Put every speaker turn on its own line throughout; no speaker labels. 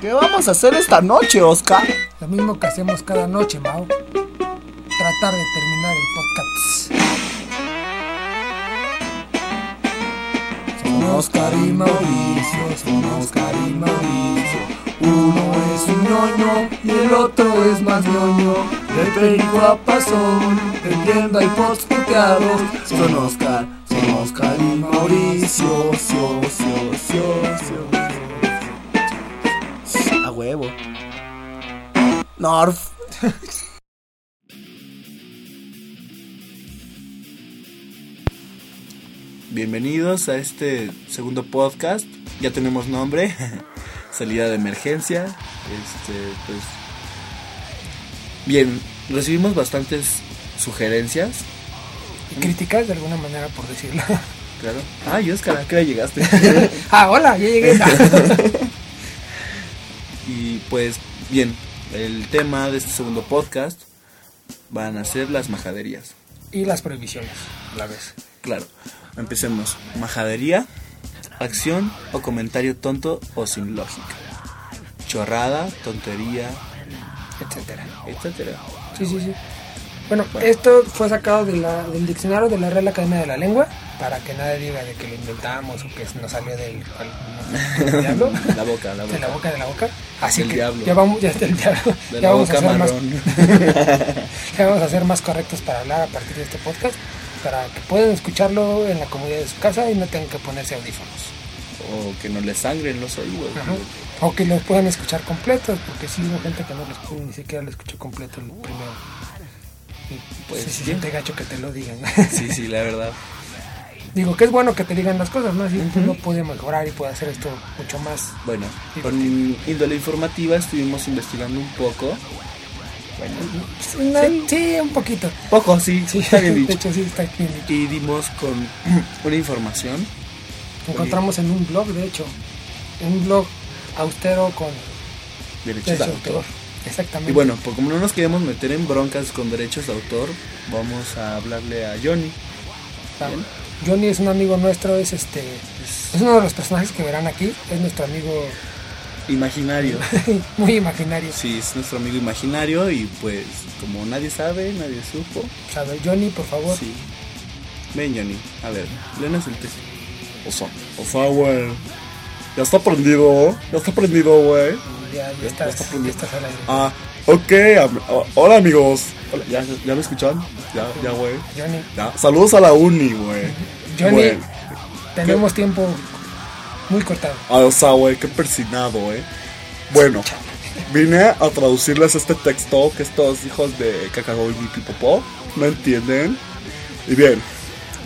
¿Qué vamos a hacer esta noche, Oscar?
Lo mismo que hacemos cada noche, Mao. Tratar de terminar el podcast. Son Oscar y Mauricio, son Oscar y Mauricio. Uno es un ñoño y el otro es más ñoño. De perico a pasón, vendiendo iPods puteados. Son Oscar, son Oscar y Mauricio, sio, sio, sio, sio.
A huevo. Norf. Bienvenidos a este segundo podcast. Ya tenemos nombre. Salida de emergencia. Este, pues. Bien, recibimos bastantes sugerencias.
Y críticas de alguna manera por decirlo.
Claro. Ay, Oscar, ¿a qué hora llegaste?
ah, hola, ya llegué.
y pues, bien, el tema de este segundo podcast van a ser las majaderías.
y las prohibiciones, a la vez.
Claro, empecemos. Majadería, acción o comentario tonto o sin lógica. Chorrada, tontería,
Etcétera.
etcétera.
Sí, sí, sí. Bueno, esto fue sacado de la- del diccionario de la Real Academia de la Lengua, para que nadie diga de que lo inventamos o que nos salió del, al- del diablo,
La boca, la
de la
boca.
boca, de la boca. Así
Del
que
diablo.
ya vamos, ya del diablo.
De
ya
la
vamos
boca
a ser más,
marrón.
ya vamos a ser más correctos para hablar a partir de este podcast, para que puedan escucharlo en la comodidad de su casa y no tengan que ponerse audífonos.
O que no le sangren los oídos.
Ajá. O que los puedan escuchar completos, porque sí hubo gente que no los pudo, ni siquiera lo escuchó completo el primero. Y,
Pues,
pues sí,
sí.
se siente gacho que te lo digan.
Sí, sí, la verdad.
Digo que es bueno que te digan las cosas, ¿no? Así uno puede mejorar y puede hacer esto mucho más.
Bueno, con índole informativa estuvimos investigando un poco. Bueno,
Una- sí. un poquito.
poco, sí,
Sí,
está bien
de
dicho.
hecho sí está bien dicho.
Y dimos con una información
Encontramos en un blog, de hecho, en un blog austero con
derechos de
derechos de
autor.
Exactamente.
Y bueno, pues como no nos queremos meter en broncas con derechos de autor, vamos a hablarle a Johnny.
Claro. Johnny es un amigo nuestro, es este, es uno de los personajes que verán aquí, es nuestro amigo
Imaginario.
muy imaginario.
Sí, es nuestro amigo imaginario y pues como nadie sabe, nadie supo.
O sea, a ver, Johnny, por favor.
Sí. Ven Johnny, a ver, léenos el texto. O sea, o sea, güey. Ya está prendido, ya está prendido, güey.
Ya, ya
Ya
estás,
está
ya
prendido.
estás al aire.
Ah, ok, am- o- hola amigos. Hola, ¿Ya, ¿Ya me escuchan? Ya, ya, güey.
Johnny,
Ya. Saludos a la uni, güey.
Johnny,
Güey.
tenemos tiempo muy cortado.
Ah, o sea, güey, qué persinado, eh. Bueno, vine a traducirles este texto que estos hijos de Cacagol y Pipopó no entienden. Y bien,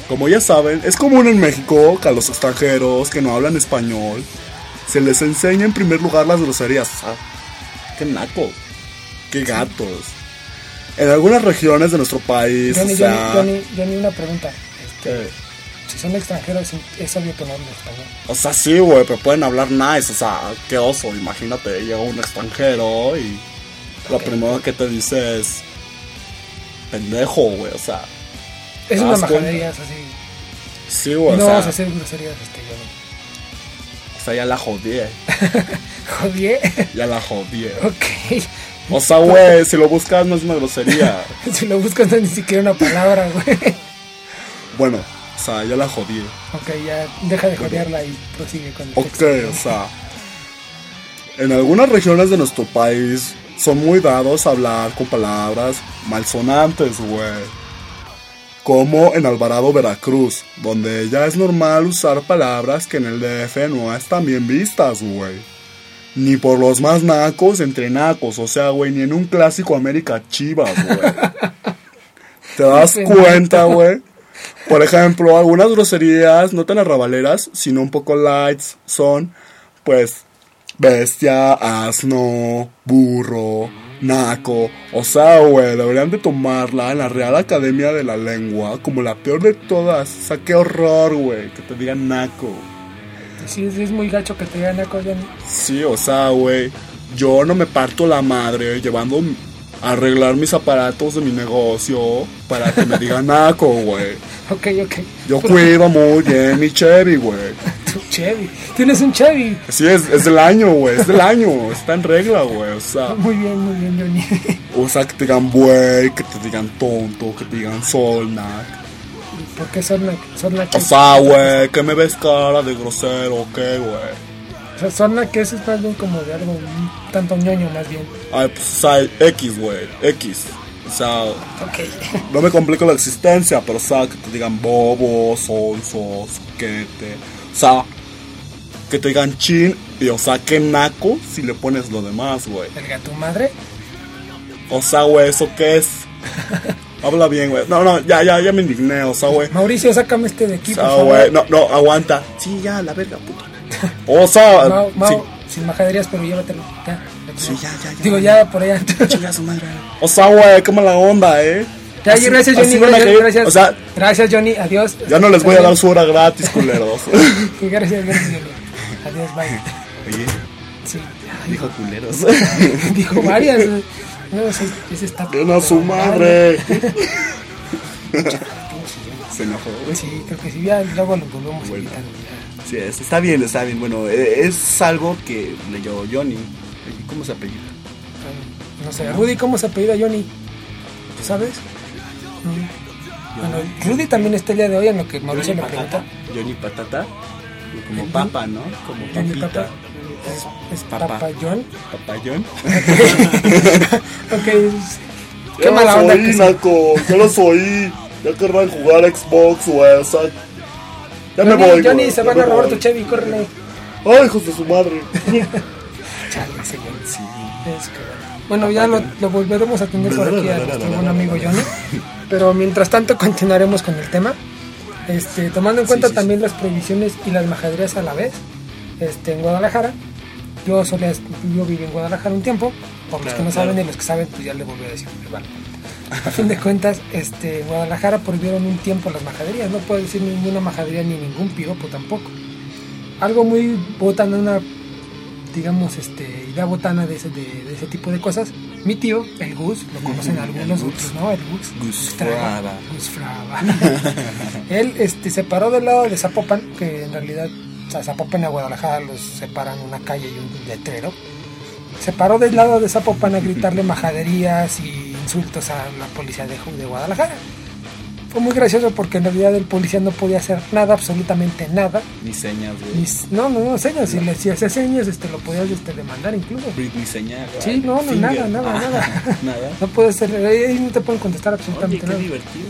como ya saben, es común en México que a los extranjeros que no hablan español se les enseña en primer lugar las groserías. Ah, qué naco, qué gatos. En algunas regiones de nuestro país,
Johnny,
o sea,
Johnny, Johnny, Johnny, una pregunta.
¿qué?
Si son extranjeros, es obvio que no hablan español.
O sea, sí, güey, pero pueden hablar nice. O sea, qué oso. Imagínate, llega un extranjero y lo primero que te dice es. Pendejo, güey. O sea,
Es
¿Te
una
das cuenta?
majadería, es así.
sí, güey.
no
o, sea,
vas a hacer groserías, este Johnny.
o sea, ya la jodí, eh,
Jodie.
Ya la jodí. eh.
¿eh? ok.
O sea, güey, si lo buscas no es una grosería.
Si lo buscas, no es ni siquiera una palabra, güey.
bueno, o sea, ya la jodí.
Ok, ya deja de jodearla y prosigue con el
Ok,
texto.
o sea. En algunas regiones de nuestro país son muy dados a hablar con palabras malsonantes, güey. Como en Alvarado, Veracruz, donde ya es normal usar palabras que en el DF no están bien vistas, güey. Ni por los más nacos entre nacos, o sea, güey, ni en un clásico América Chivas, güey. ¿Te das
Qué
cuenta, güey? Por ejemplo, algunas groserías no tan arrabaleras, sino un poco lights, son, pues, bestia, asno, burro, naco. O sea, güey, deberían de tomarla en la Real Academia de la Lengua como la peor de todas. O sea, qué horror, güey, que te digan naco.
Sí, sí, es muy gacho que te digan naco, Johnny.
Sí, o sea, güey, yo no me parto la madre llevando a arreglar mis aparatos de mi negocio para que me digan naco, güey.
Ok, ok.
Yo cuido muy bien mi Chevy, güey.
Tu, Chevy. Tienes un Chevy.
Sí, es, es del año, güey. Es del año. Está en regla, güey. O sea,
Muy bien, muy bien, Johnny.
o sea, que te digan güey, que te digan tonto, que te digan solna.
¿Por qué Sornac? Sornac
O
es-
sea, güey, que me ves cara de grosero, ¿qué, güey?
O sea, Sornac es es más bien como de algo un tanto ñoño más bien.
Ay, pues, o sea, X, güey. X. O sea,
Ok.
no me complico la existencia, pero, o sea, que te digan bobo, sonso, soquete. O sea, que te digan chin y, o sea, que naco si le pones lo demás, güey.
El gato madre.
O sea, güey, ¿eso qué es? Habla bien, güey. No, no, ya, ya, ya me indigné, o sea, güey.
Mauricio, sácame este de aquí,
O
por
sea,
favor.
Ah, güey, no, no, aguanta. Sí, ya, la verga, puto. O sea,
Mau, Mau,
Ah, sí,
sin majaderías, pero llévatelo. Ya, lo
Sí,
tengo.
ya, ya, ya.
Digo, ya por allá.
chinga su madre. O sea, güey, qué mala onda, eh.
ya,
Así-
gracias,
así
Johnny.
van a
Gracias,
querer-
gracias.
O sea,
gracias, Johnny. Adiós.
ya no les voy a dar su hora gratis, culeros.
Sí, Gracias, gracias, Johnny. Adiós, bye.
Oye,
Sí.
dijo culeros.
Dijo varias. eh. No, ese, ese está.
Ven a su madre. Se enojó, güey.
Pues Sí, creo que sí. Ya luego lo volvemos
Bueno.
invitando.
Sí, es- está bien, está bien. Bueno,
e,
eh, es algo que leyó Johnny. ¿Cómo se apellida?
No sé, Rudy, ¿cómo se apellida Johnny? ¿Tú sabes? No. Bueno, Rudy también está el día de hoy en lo que Mauricio
Johnny
me pregunta.
Patata. Johnny Patata. Como papa, ¿no? Como
Johnny
papita.
Papa. Es, es
Papa.
Papa John.
Papayón.
Ok, es- qué mala onda. que
Yo los oí,
se-
Naco. Yo los oí. Ya querrán jugar a Xbox, güey. O sea, ya me
Johnny,
voy.
Johnny,
güey,
se
ya
van
me
a robar
voy.
tu Chevy, córrele.
Ay, hijos de su madre.
Chale, ese Johnny. Es que bueno. Bueno, ya lo, lo volveremos a tener por aquí a nuestro buen amigo Johnny. Pero mientras tanto continuaremos con el tema. Este, tomando en cuenta también las prohibiciones y las majaderías a la vez. Este, en Guadalajara. Yo solía, yo viví en Guadalajara un tiempo. Por los que no saben y los que saben, pues ya le volví a decir. Vale. A fin de cuentas, este, en Guadalajara prohibieron un tiempo las majaderías. No puedo decir ninguna majadería ni ningún piropo tampoco. Algo muy botan una digamos, este, idea botana de ese, de, de ese tipo de cosas. Mi tío, el Gus, lo conocen algunos otros, ¿no? El Gus.
Gus
Fraga.
Fraga.
Gus Fraga. Él este, se paró del lado de Zapopan, que en realidad, o sea, Zapopan y Guadalajara los separan una calle y un letrero. Se paró del lado de Zapopan a gritarle majaderías y insultos a la policía de, Ju- de Guadalajara. Fue muy gracioso porque en realidad el policía no podía hacer nada, absolutamente nada.
Ni señas, güey.
Mis- no, no, no, señas. Si, le, si hacías señas, este, lo podías este, demandar incluso.
Britney señal.
Sí, no, no, nada, nada, nada.
Ah, Nada.
No puedes ser, ahí ahí no te pueden contestar
Oye,
absolutamente
qué
nada.
divertido.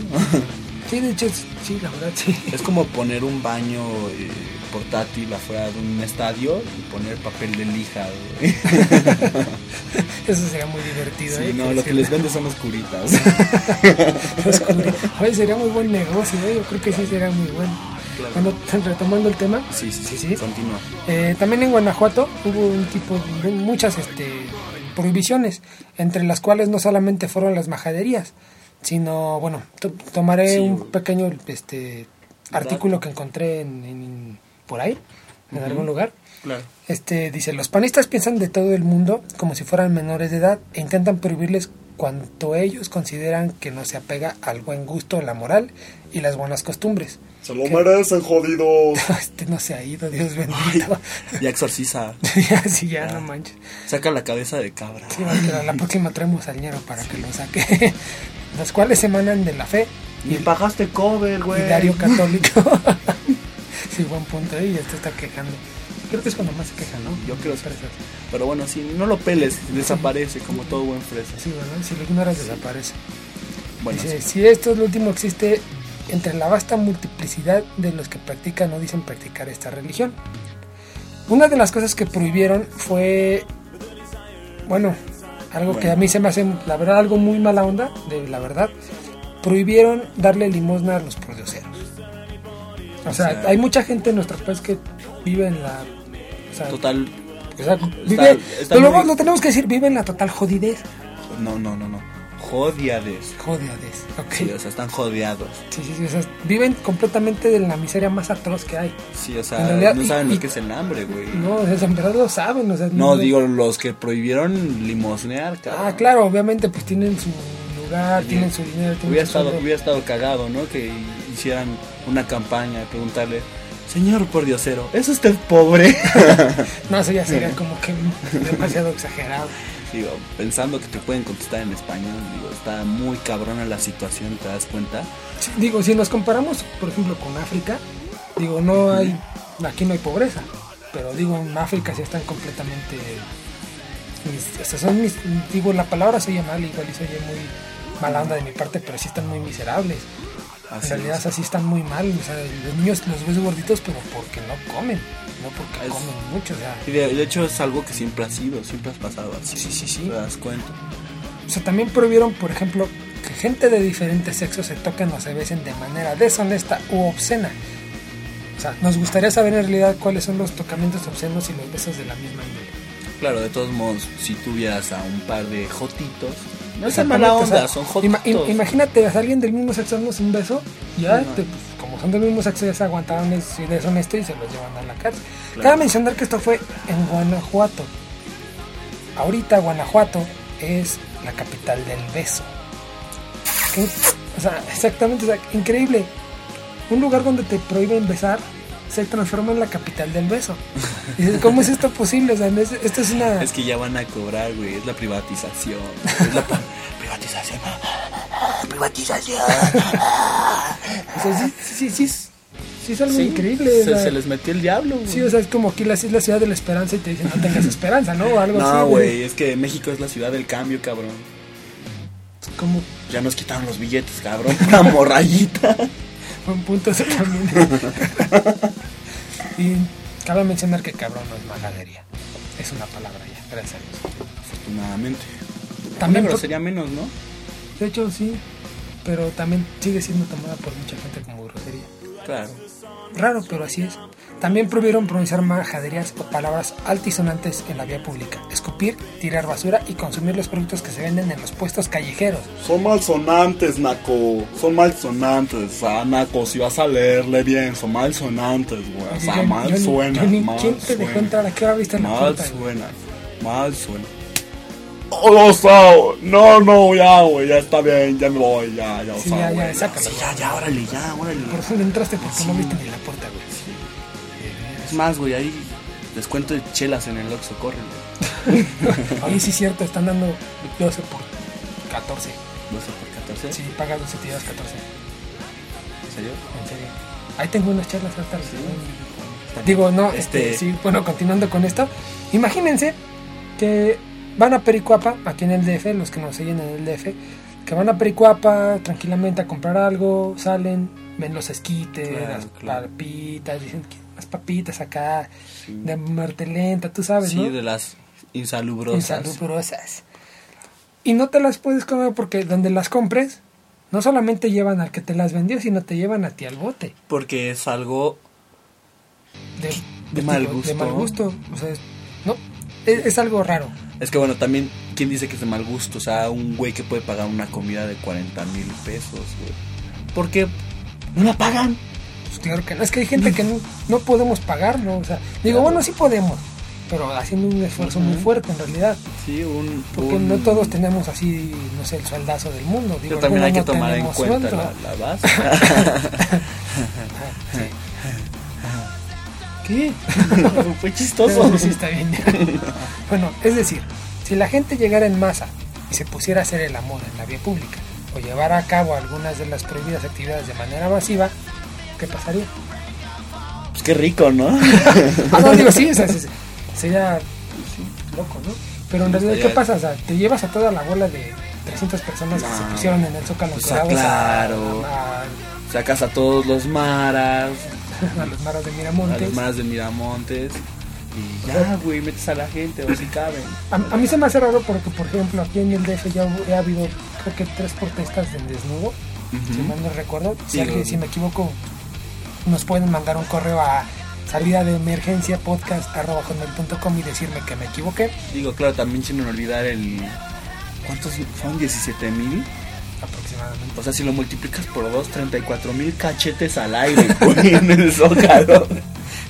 Sí, de hecho, es- sí, la verdad, sí.
Es como poner un baño eh, portátil afuera de un estadio y poner papel de lija, güey.
Eso sería muy divertido.
Sí,
¿eh?
no, lo que les vende son oscuritas.
Oscuro. Oye, sería muy buen negocio, ¿eh? yo creo que sí sería muy bueno. Bueno, retomando el tema,
Sí, sí, sí,
Sí.
continúa.
eh, también en Guanajuato hubo un tipo, de- muchas este, prohibiciones, entre las cuales no solamente fueron las majaderías, sino, bueno, to- tomaré un pequeño este, artículo que encontré en, en- por ahí, en algún lugar.
Claro.
Este dice, los panistas piensan de todo el mundo como si fueran menores de edad e intentan prohibirles cuanto ellos consideran que no se apega al buen gusto, la moral y las buenas costumbres.
Se lo merecen, jodidos.
Este no se ha ido, Dios bendito.
Ya exorciza.
ya, sí, ya, no manches.
Saca la cabeza de cabra.
Sí, va, pero la próxima traemos al ñero para que lo saque. los cuales emanan de la fe
Ni pagaste cover,
y Dario católico. sí, buen punto, ¿eh? ya te está quejando. Creo que es cuando más se queja, ¿no?
Yo creo que sí.
Perfecto.
Pero bueno, si no lo peles, desaparece como todo buen fresa.
Sí, ¿verdad? Si lo ignoras desaparece.
Bueno,
Dice, si esto es lo último que existe entre la vasta multiplicidad de los que practican o dicen practicar esta religión. Una de las cosas que prohibieron fue, bueno, algo que a mí se me hace, la verdad, algo muy mala onda, de la verdad, prohibieron darle limosna a los produceros. O sea, hay mucha gente en nuestro país que vive en la... o sea,
total.
o sea, vive-
está
pero
muy-
lo tenemos que decir, vive en la total jodidez.
No, no, no, no. Jodiades.
Jodidez, ok.
Sí, o sea, están jodeados.
Sí, sí, sí, o sea, viven completamente de la miseria más atroz que hay.
Sí, o sea,
En realidad,
no
y-
saben
y-
lo que es el hambre, güey.
No, o sea, en verdad lo saben, o sea,
No, digo, los que prohibieron limosnear, cabrón.
Ah, claro, obviamente pues tienen su lugar,
Sí.
tienen su dinero, tienen
Hubiera
su
estado,
sueldo.
hubiera estado cagado, ¿no? Que hicieran una campaña, preguntarle, Señor pordiosero, ¿es usted pobre?
No, eso ya sería como que demasiado exagerado.
digo, pensando que te pueden contestar en español, digo, está muy cabrona la situación, ¿te das cuenta?
Sí, Digo, si nos comparamos, por ejemplo, con África, digo, no hay, aquí no hay pobreza, pero digo, en África sí están completamente, mis- o sea, son mis- digo, la palabra se oye mal, igual y se oye muy mala onda de mi parte, pero sí están muy miserables.
Así
en realidad,
es.
o sea, sí están muy mal, o sea, los niños los ves gorditos, pero porque no comen, no porque
Es-
comen mucho, o sea,
Y de, de hecho es algo que siempre ha sido, siempre has pasado así.
sí, sí, sí.
¿Te das cuenta?
O sea, también prohibieron, por ejemplo, que gente de diferentes sexos se toquen o se besen de manera deshonesta u obscena. O sea, nos gustaría saber en realidad cuáles son los tocamientos obscenos y los besos de la misma índole.
Claro, de todos modos, si tuvieras a un par de jotitos, no es
Exactamente,
mala
o sea,
onda, son jotitos.
ima- im- imagínate a alguien del mismo sexo dándose un beso, ya,
No.
te- pues, como son del mismo sexo, ya se aguantaron es y deshonesto y se los llevan a la cárcel.
Claro.
Cabe mencionar que esto fue en Guanajuato. Ahorita Guanajuato es la capital del beso. ¿Qué? O sea, exactamente, o sea, increíble. Un lugar donde te prohíben besar se transforma en la capital del beso. Y dices, ¿Cómo es esto posible? O sea, es- esto es una...
Es que ya van a cobrar, güey, es la privatización. Es la pa- privatización.
O sea, sí, sí, sí, es- sí es algo increíble. o
Se,
sea.
se les metió el diablo, güey.
Sí, o sea, es como aquí la, es la ciudad de la esperanza y te dicen, no tengas esperanza, ¿no? O algo así.
no, güey, es que México es la ciudad del cambio, cabrón. Pues,
Es Como
Ya nos quitaron los billetes, cabrón. Una morrayita.
buen punto eso también. y cabe mencionar que cabrón no es majadería. Es una palabra ya, gracias a Dios.
Afortunadamente.
También,
Una
por-
grosería menos, ¿no?
de hecho, sí, pero también sigue siendo tomada por mucha gente como grosería.
Claro.
Raro, pero así es. También prohibieron pronunciar majaderías o palabras altisonantes en la vía pública, escupir, tirar basura y consumir los productos que se venden en los puestos callejeros.
Son malsonantes, Naco. Son malsonantes. Ah, Naco, si vas a leerle bien, son malsonantes, güey. O
Oye,
sea,
Johnny,
mal
Johnny,
suena,
Johnny,
mal
¿Quién te dejó entrar?
suena.
¿A qué hora viste en la
Mal
puerta?
suena, mal suena. Oh, no, o sea, no, no, ya, güey, ya está bien, ya me voy, ya, ya, o
Sí, ya, ya,
sea, güey,
sácalo.
Sí, ya, ya, órale, ya, órale.
Por fin entraste porque no viste ni la puerta, güey.
Es más, güey, ahí descuento de chelas en el Oxxo, corren, güey.
Oye, sí es cierto, están dando 12 por 14.
12 por 14.
Si pagas 12, te llevas 14.
¿En serio?
En serio. Ahí tengo unas charlas hasta el Digo, no, este,
Este-
sí, bueno, continuando con esto, imagínense que van a Pericuapa, aquí en el DF, los que nos siguen en el DF, que van a Pericuapa tranquilamente a comprar algo, salen, ven los esquites,
Claro,
las
claro.
papitas, dicen que las papitas acá, de muerte lenta, tú sabes,
Sí,
¿no?
de las insalubrosas.
Insalubrosas. Y no te las puedes comer porque donde las compres, no solamente llevan al que te las vendió, sino te llevan a ti al bote.
Porque es algo
de, este
De mal
tipo- De
gusto.
mal gusto. O sea, es- no, es, es algo raro.
Es que bueno, también, ¿quién dice que es de mal gusto? O sea, un güey que puede pagar una comida de 40 mil pesos, güey. ¿Por qué no la pagan?
Pues claro que no. Es que hay gente que no, no podemos pagarlo. O sea, digo,
Mm. Claro.
bueno, sí podemos, pero haciendo un esfuerzo muy fuerte en realidad.
Sí, un...
Porque
un-
no todos tenemos así, no sé, el sueldazo del mundo. Digo,
Pero también hay que
algunos no
tomar en
tenemos
cuenta
sueldo. Ah,
la, la base.
¿Qué?
Fue
Pero
chistoso.
sí está bien. bueno, es decir, si la gente llegara en masa y se pusiera a hacer el amor en la vía pública o llevara a cabo algunas de las prohibidas actividades de manera masiva, ¿qué pasaría?
Pues qué rico, ¿no?
Ah, no, digo, sí, o sea, se- se- sería loco, ¿no? Pero en
Sí,
realidad, ¿qué
estaría-
pasa? O sea, te llevas a toda la bola de 300 personas que se pusieron en el Zócalo
Pues,
Dorados
claro.
a,
Sacas a todos los maras,
a- a los maras de
a
Miramontes.
los maras de Miramontes. Y ya, güey, metes a la gente, o si caben.
A, a mí se me hace raro porque, por ejemplo, aquí en el DF ya hubo- ha habido, creo que tres protestas del desnudo, si mal no recuerdo. Si,
Sí,
alguien-
lo-
si me equivoco, nos pueden mandar un correo a salida de emergencia podcast y decirme que me equivoqué.
Digo, claro, también sin olvidar el... ¿Cuántos son? ¿17 mil?
Aproximadamente.
O sea, si lo multiplicas por dos, 34 mil cachetes al aire, güey, en el zócalo.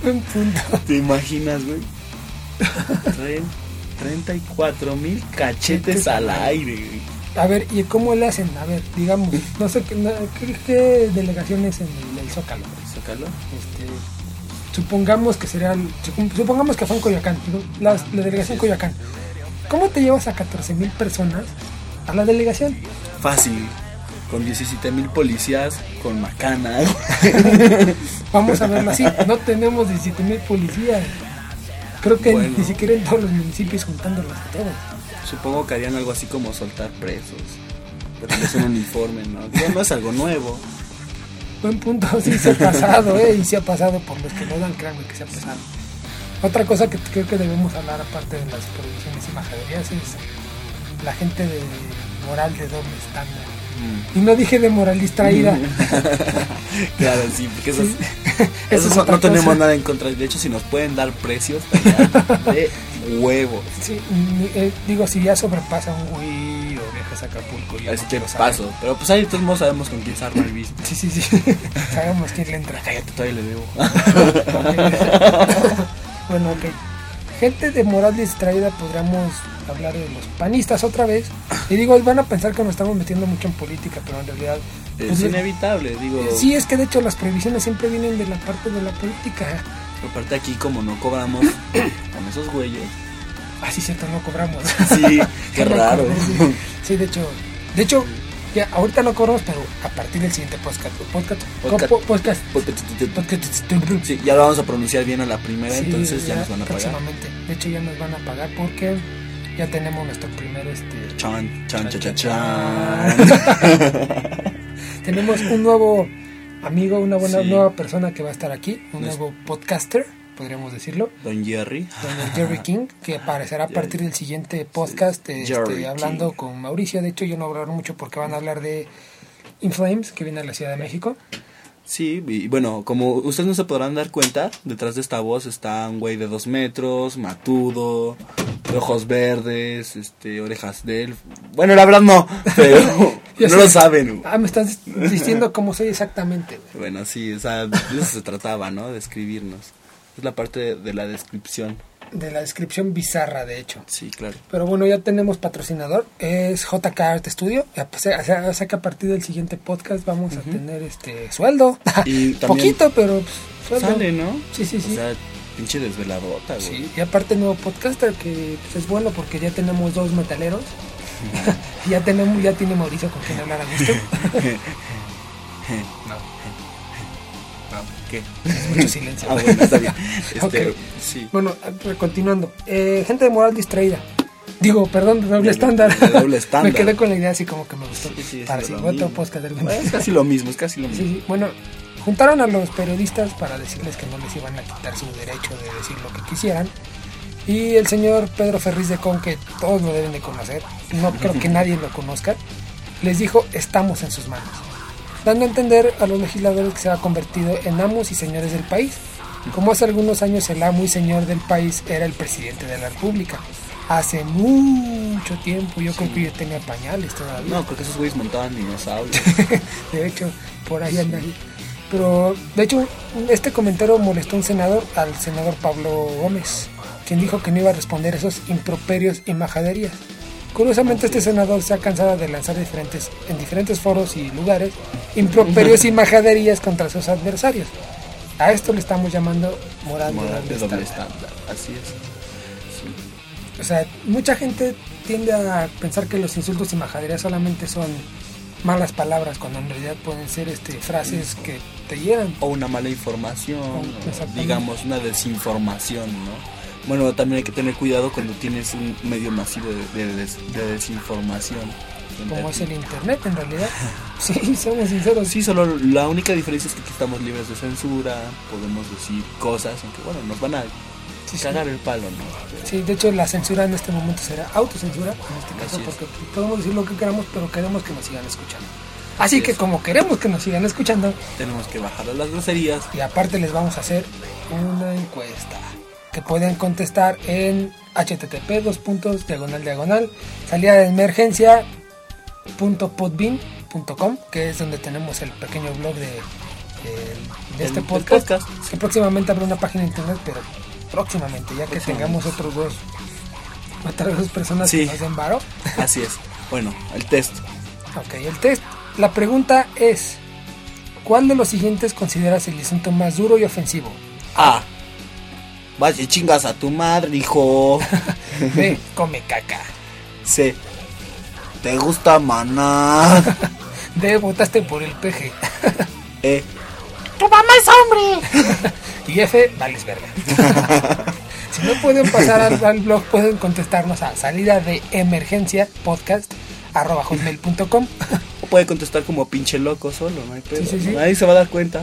Un punto.
¿Te imaginas, güey? Tre- 34 mil cachetes al aire, güey.
A ver, ¿y cómo le hacen? A ver, digamos, no sé qué, no- qué, qué delegaciones en el, el Zócalo.
¿El zócalo?
Este, supongamos que serán, sup- supongamos que fue en Coyoacán, digo, la, la delegación Coyoacán. ¿Cómo te llevas a 14 mil personas a la delegación?
Fácil. Con 17 mil policías, con macana.
Vamos a verlo así, no tenemos 17 mil policías. Creo que
Bueno.
ni siquiera en todos los municipios juntándolos a todos.
Supongo que harían algo así como soltar presos. Pero no es un uniforme, ¿no? Digo, no es algo nuevo.
Buen punto, sí se ha pasado, ¿eh? Y se ha pasado por los que no dan, créanme que se ha pasado. Otra cosa que creo que debemos hablar, aparte de las prohibiciones y majaderías, es la gente de moral de doble estándar. Y no dije de moral distraída.
Claro, sí, porque esas,
Eso
esos
es
no-
otra
no tenemos
cosa.
nada en contra. De hecho, si nos pueden dar precios, estaría de huevo.
Sí, ni- eh, digo, si ya sobrepasa un güey o viajas a Acapulco, ya
Así
no
que
lo saben.
Este, paso. Pero pues ahí de todos modos sabemos con quién se arma el business.
Sí, sí, sí. Sabemos quién le entra.
Cállate, todavía le debo.
bueno, ok. Gente de moral distraída, podríamos hablar de los panistas otra vez. Y digo, van a pensar que nos estamos metiendo mucho en política, pero en realidad. pues,
Es inevitable, digo.
sí, es que de hecho las prohibiciones siempre vienen de la parte de la política.
Aparte aquí, como no cobramos con esos güeyes.
Así Ah, cierto, no cobramos.
Sí, qué
No
raro.
cobramos. Sí, de hecho. De hecho, ya ahorita no cobramos, pero a partir del siguiente podcast. Podcast.
Podcast.
co- podcast. podcast. este,
Sí, ya lo vamos a pronunciar bien a la primera,
Sí,
entonces ya nos van a pagar.
Próximamente. De hecho, ya nos van a pagar porque ya tenemos nuestro primer. este
Chan, chan, chan, chan, chan.
chan. Tenemos un nuevo amigo, una buena
Sí.
nueva persona que va a estar aquí, un
Nos-
nuevo podcaster, podríamos decirlo.
Don Jerry.
Don Jerry King, que aparecerá a partir del siguiente podcast, este,
Jerry
hablando
King.
con Mauricio. De hecho, yo no voy a hablar mucho porque van a hablar de Inflames, que viene a la Ciudad de México.
Sí, y bueno, como ustedes no se podrán dar cuenta, detrás de esta voz está un güey de dos metros, matudo, de ojos verdes, este, orejas de él. Bueno, la verdad no, pero
Ya
no
sé.
lo saben.
Ah, me estás diciendo cómo soy exactamente. güey.
Bueno, sí, o sea, de eso se trataba, ¿no? De escribirnos. Es la parte de, de la descripción.
De la descripción bizarra, de hecho.
Sí, claro.
Pero bueno, ya tenemos patrocinador, es JK Art Studio. Ya, pues, O sea, o sea que a partir del siguiente podcast vamos a tener este sueldo.
Y también-
Poquito, pero pues, sueldo.
Sale, ¿no?
Sí, sí, sí.
O sea, pinche desveladota, güey.
Sí, Y aparte nuevo podcaster que pues, es bueno porque ya tenemos dos metaleros. ya tenemos, ya tiene Mauricio con quien hablar a gusto.
ah, ¿Qué?
Es mucho silencio.
Ah, bueno, está bien. Este,
Ok.
sí.
Bueno, eh, continuando. Eh, gente de moral distraída. Digo, perdón, de doble
De-
estándar.
de doble estándar.
me quedé con la idea así como que me gustó.
Sí, sí, es
para
lo
siguiente
mismo.
podcast del
Bueno, es casi lo mismo, es casi lo
Sí,
mismo.
sí. Bueno, juntaron a los periodistas para decirles que no les iban a quitar su derecho de decir lo que quisieran. Y el señor Pedro Ferriz de Con, que todos lo deben de conocer, no creo que nadie lo conozca, les dijo estamos en sus manos, dando a entender a los legisladores que se ha convertido en amos y señores del país, como hace algunos años el amo y señor del país era el presidente de la República. Hace mucho tiempo, yo creo que yo tenía pañales todavía.
No, creo que esos güeyes montaban dinosaurios.
de hecho, por ahí andan. Pero, de hecho, este comentario molestó a un senador, al senador Pablo Gómez, quien dijo que no iba a responder esos improperios y majaderías. Curiosamente, este senador se ha cansado de lanzar diferentes, en diferentes foros y lugares improperios y majaderías contra sus adversarios. A esto le estamos llamando moral,
Moral de doble
estándar.
estándar. Así es. Sí.
O sea, mucha gente tiende a pensar que los insultos y majaderías solamente son malas palabras, cuando en realidad pueden ser este, frases que te llegan.
O una mala información, o,
Exactamente.
digamos, una desinformación, ¿no? Bueno, también hay que tener cuidado cuando tienes un medio masivo de, de des- de desinformación.
Como es el internet en realidad. Sí, somos sinceros.
Sí, solo la única diferencia es que aquí estamos libres de censura, podemos decir cosas, aunque bueno, nos van a
Sí, sí.
cagar el palo, ¿no?
Sí, de hecho la censura en este momento será autocensura, en este caso,
Así es.
porque podemos decir lo que queramos, pero queremos que nos sigan escuchando. Así que como queremos que nos sigan escuchando,
Tenemos que bajar a las groserías.
y aparte les vamos a hacer una encuesta que pueden contestar en http dos puntos diagonal diagonal salida de emergencia punto podbean punto com, que es donde tenemos el pequeño blog de, de- de
Del-
este
del
podcast,
podcast.
que próximamente habrá una página de internet pero próximamente ya que tengamos
Próximamente.
otros dos otras dos personas
Sí.
que nos den varo
Así es. Bueno, el test.
Ok, el test. La pregunta es, ¿cuál de los siguientes consideras el insulto más duro y ofensivo?
A. Vas y chingas a tu madre, hijo.
B. Come caca.
C. Te gusta maná.
D. Votaste por el peje.
E.
¡Tu mamá es hombre!
Y F. Vales verga. si no pueden pasar al, al blog, pueden contestarnos a salida de emergencia podcast arroba hotmail.com.
O puede contestar como pinche loco solo, no hay pedo,
Sí, sí, sí.
¿no? Ahí se va a dar cuenta.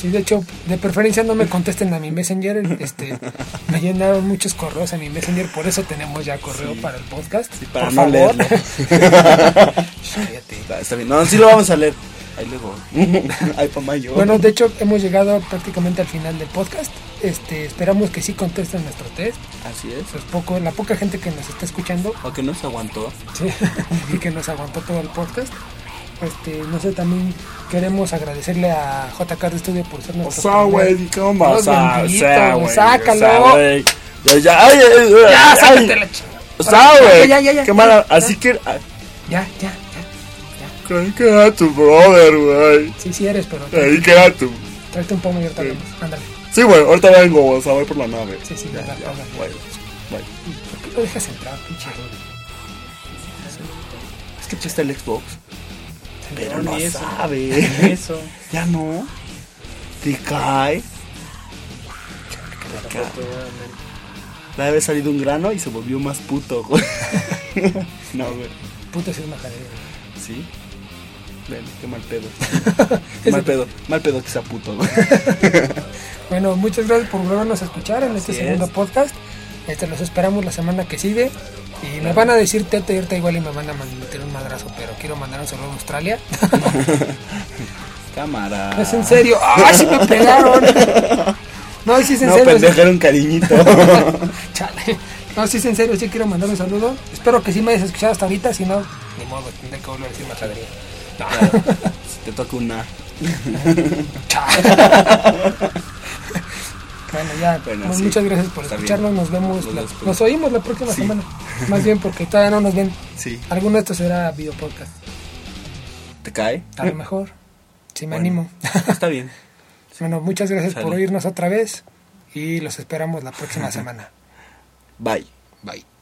Sí, de hecho, de preferencia no me contesten a mi Messenger. Este, me llenaron muchos correos a mi Messenger, por eso tenemos ya correo para el podcast.
para
por
no
favor.
leerlo.
Cállate.
Ah, Está, está bien. No, sí lo vamos a leer. Ahí luego. Ahí pa' mayo.
Bueno, de hecho, hemos llegado prácticamente al final del podcast. Este, esperamos que sí contesten nuestro test.
Así es.
Pues poco, la poca gente que nos está escuchando
O que no se aguantó.
Sí, y que nos aguantó todo el podcast. Este, no sé, también queremos agradecerle a JK de Studio por ser
O
Pues,
nuestro
ah,
sea,
primer-
güey, ¿cómo
Dios
vas a
bendito,
hacer,
güey,
güey?
sácalo.
O sea, güey. Ya, ya, ay, ay, ay,
Ya,
ay.
Ah, sácate la ch-
O sea,
Ya,
güey.
ya, ya, ya.
Qué mala.
Ya.
Así que. ah,
Ya, ya, ya.
Creí que era tu brother, güey.
Sí, sí eres, pero tra-
Creí que era tu.
tráete un poco mayor también. Ándale.
Sí, güey, ahorita vengo, o sea, voy por la nave.
Sí, sí,
ya,
ya,
ya,
ya.
güey. Bye.
¿Por qué lo dejas entrar, pinche Rodri?
Es que chiste el Xbox. Pero no
ni eso.
sabe.
Eso.
Ya no. Te cae. Le había salido un grano y se volvió más puto, güey. No, güey.
Puto, si es majadero.
Sí. Ven, qué mal pedo.
Ese-
Mal pedo. Mal pedo que sea puto, güey.
Bueno, muchas gracias por volvernos a escuchar en este
Así
segundo
es.
podcast. Este, los esperamos la semana que sigue. Y me van a decir teta y ahorita igual y me van a man- meter un madrazo, pero quiero mandar un saludo a Australia.
Cámara.
No es en serio. ¡Ah, sí me pegaron! No, sí es en
No,
serio.
pendejo, era un cariñito.
Chale. No, sí es en serio. Sí quiero mandar un saludo. Espero que sí me hayas escuchado hasta ahorita. Si no, ni modo, tendré que volver a decir majadería.
Si Te toca una.
Bueno, ya.
Bueno,
mu-
sí.
muchas gracias por
Está bien.
escucharnos. Nos vemos.
Nos
la-
vemos.
nos oímos la próxima
Sí.
semana. Más bien porque todavía no nos ven.
Sí.
Alguno de estos será video podcast.
¿Te cae?
A lo mejor. Si me
Mm. Bueno.
animo.
Está bien.
Bueno, muchas gracias por
Sale.
oírnos otra vez. Y los esperamos la próxima semana.
Bye.
Bye.